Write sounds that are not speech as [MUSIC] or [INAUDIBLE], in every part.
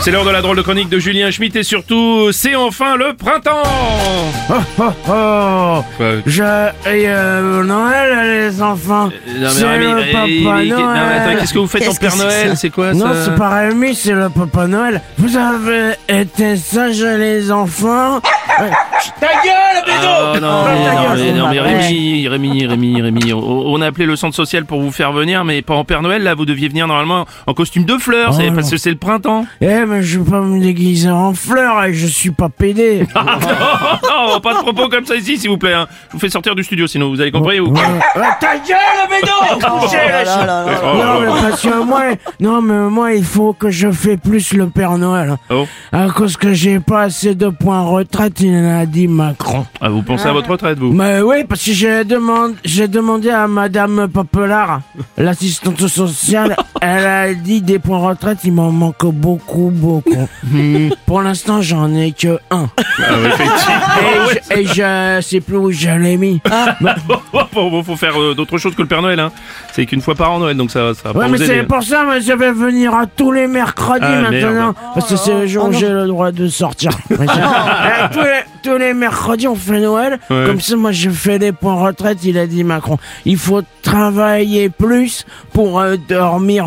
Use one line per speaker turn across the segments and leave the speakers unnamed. C'est l'heure de la drôle de chronique de Julien Schmitt et surtout, c'est enfin le printemps
Oh oh oh
Quoi
Je... euh, Noël les enfants
Euh,
C'est le Papa Noël
Qu'est-ce que vous faites en Père Noël C'est quoi ça
Non c'est pas Rémi, c'est le Papa Noël Vous avez été sages les enfants
Ah, non,
Ferme ta
non,
gueule,
mais,
c'est
non,
pas
mais
vrai.
Rémi, Rémi, Rémi, Rémi, on on a appelé le centre social pour vous faire venir, mais pas en Père Noël, là, vous deviez venir normalement en costume de fleurs, c'est-
Oh,
parce
non.
que c'est le [LAUGHS] printemps.
Eh mais je vais pas me déguiser en fleur et je suis
[LAUGHS]
pas pédé
Ah, non, non, pas de propos comme ça ici, s'il vous plaît. hein. Je vous fais sortir du studio, sinon vous avez compris ou
Ouais. Ah, Ta gueule bédo
Oh,
Non
oh,
mais parce que moi, non mais moi il faut que je fais plus le Père Noël.
oh.
À cause que j'ai pas assez de points retraite, il en a dit Macron.
Ah, vous pensez à votre retraite, vous
Mais oui, parce que j'ai demandé, j'ai demandé à Madame Popelard, l'assistante sociale, elle a dit des points retraite, il m'en manque beaucoup, beaucoup. Pour l'instant, j'en ai que un.
Ah, ouais, [LAUGHS] effectivement. ouais.
Et je sais plus où je l'ai mis.
Bon, bon, bon, faut faire euh, d'autres choses que le Père Noël. Hein. C'est qu'une fois par an Noël, donc ça, ça va pas
Ouais, mais
vous aider.
c'est pour ça, mais je vais venir à tous les mercredis
Ah, merde.
maintenant. Parce que c'est le jour où j'ai le droit
[LAUGHS]
de sortir. Ouais, ça. Eh, tous, les, tous les mercredis, on fait Noël.
Ouais.
Comme ça, moi, je fais les points retraite, il a dit Macron. Il faut travailler plus pour euh, dormir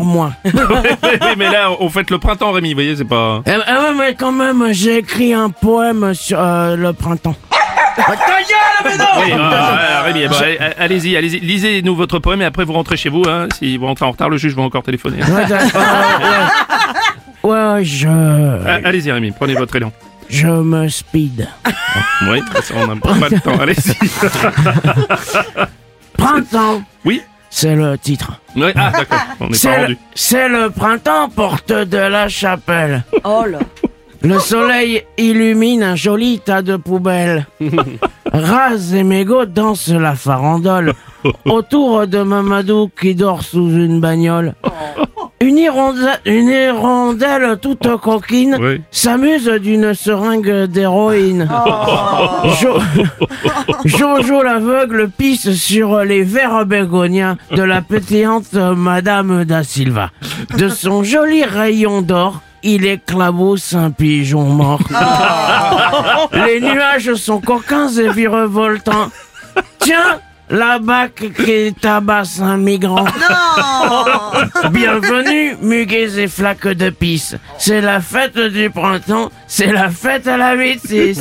[LAUGHS]
moins. Eh,
[LAUGHS] Oui, mais là, on fête le printemps, Rémi. Vous voyez, c'est pas.
ben, ah ouais, mais quand même, j'ai écrit un poème sur euh,
[LAUGHS]
le printemps.
Oui, ah, ah, Rémi, eh ben, allez- allez-y, allez-y. Lisez-nous votre poème et après vous rentrez chez vous. Hein. Si vous rentrez en retard, le juge va encore téléphoner. hein.
Ouais, d'accord, ouais, ouais. Ouais, je,
Ah, allez-y, Rémi, prenez votre élan.
je me speed.
Oui, ça, on n'a pas le temps. Allez-y.
Printemps,
Oui.
c'est le titre.
Ouais, ah, d'accord. On n'est pas
C'est
rendu.
le, c'est le printemps, porte de la chapelle.
Oh là
Le soleil illumine un joli tas
[LAUGHS]
de poubelles. Raz et mégots dansent la farandole autour de Mamadou qui dort sous une bagnole.
Oh.
Une, hironde- une hirondelle toute coquine
Oui.
s'amuse d'une seringue d'héroïne. [LAUGHS] Jo- Jojo l'aveugle pisse sur les verres bégoniens de la pétillante Madame da Silva. De son joli rayon d'or, il éclabousse un pigeon mort. Les nuages sont coquins et virevoltants. Tiens, la bac qui tabasse un migrant. Bienvenue, muguets et flaques de pisse. C'est la fête du printemps, c'est la fête à la métisse.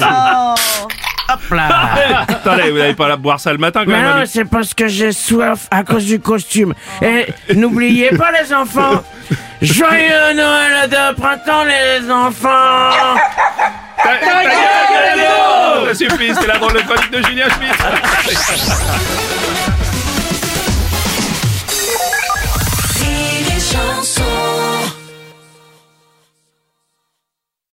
Hop là
Attendez, vous n'allez pas la boire ça le matin quand
mais
même.
non,
Rémi.
c'est parce que j'ai soif à cause du costume. Et n'oubliez pas les enfants. Joyeux Noël de printemps les enfants
Ta- ta oh, gueule, Rémi. Ça suffit, c'est la drôle de chronique de Julien Schmitt.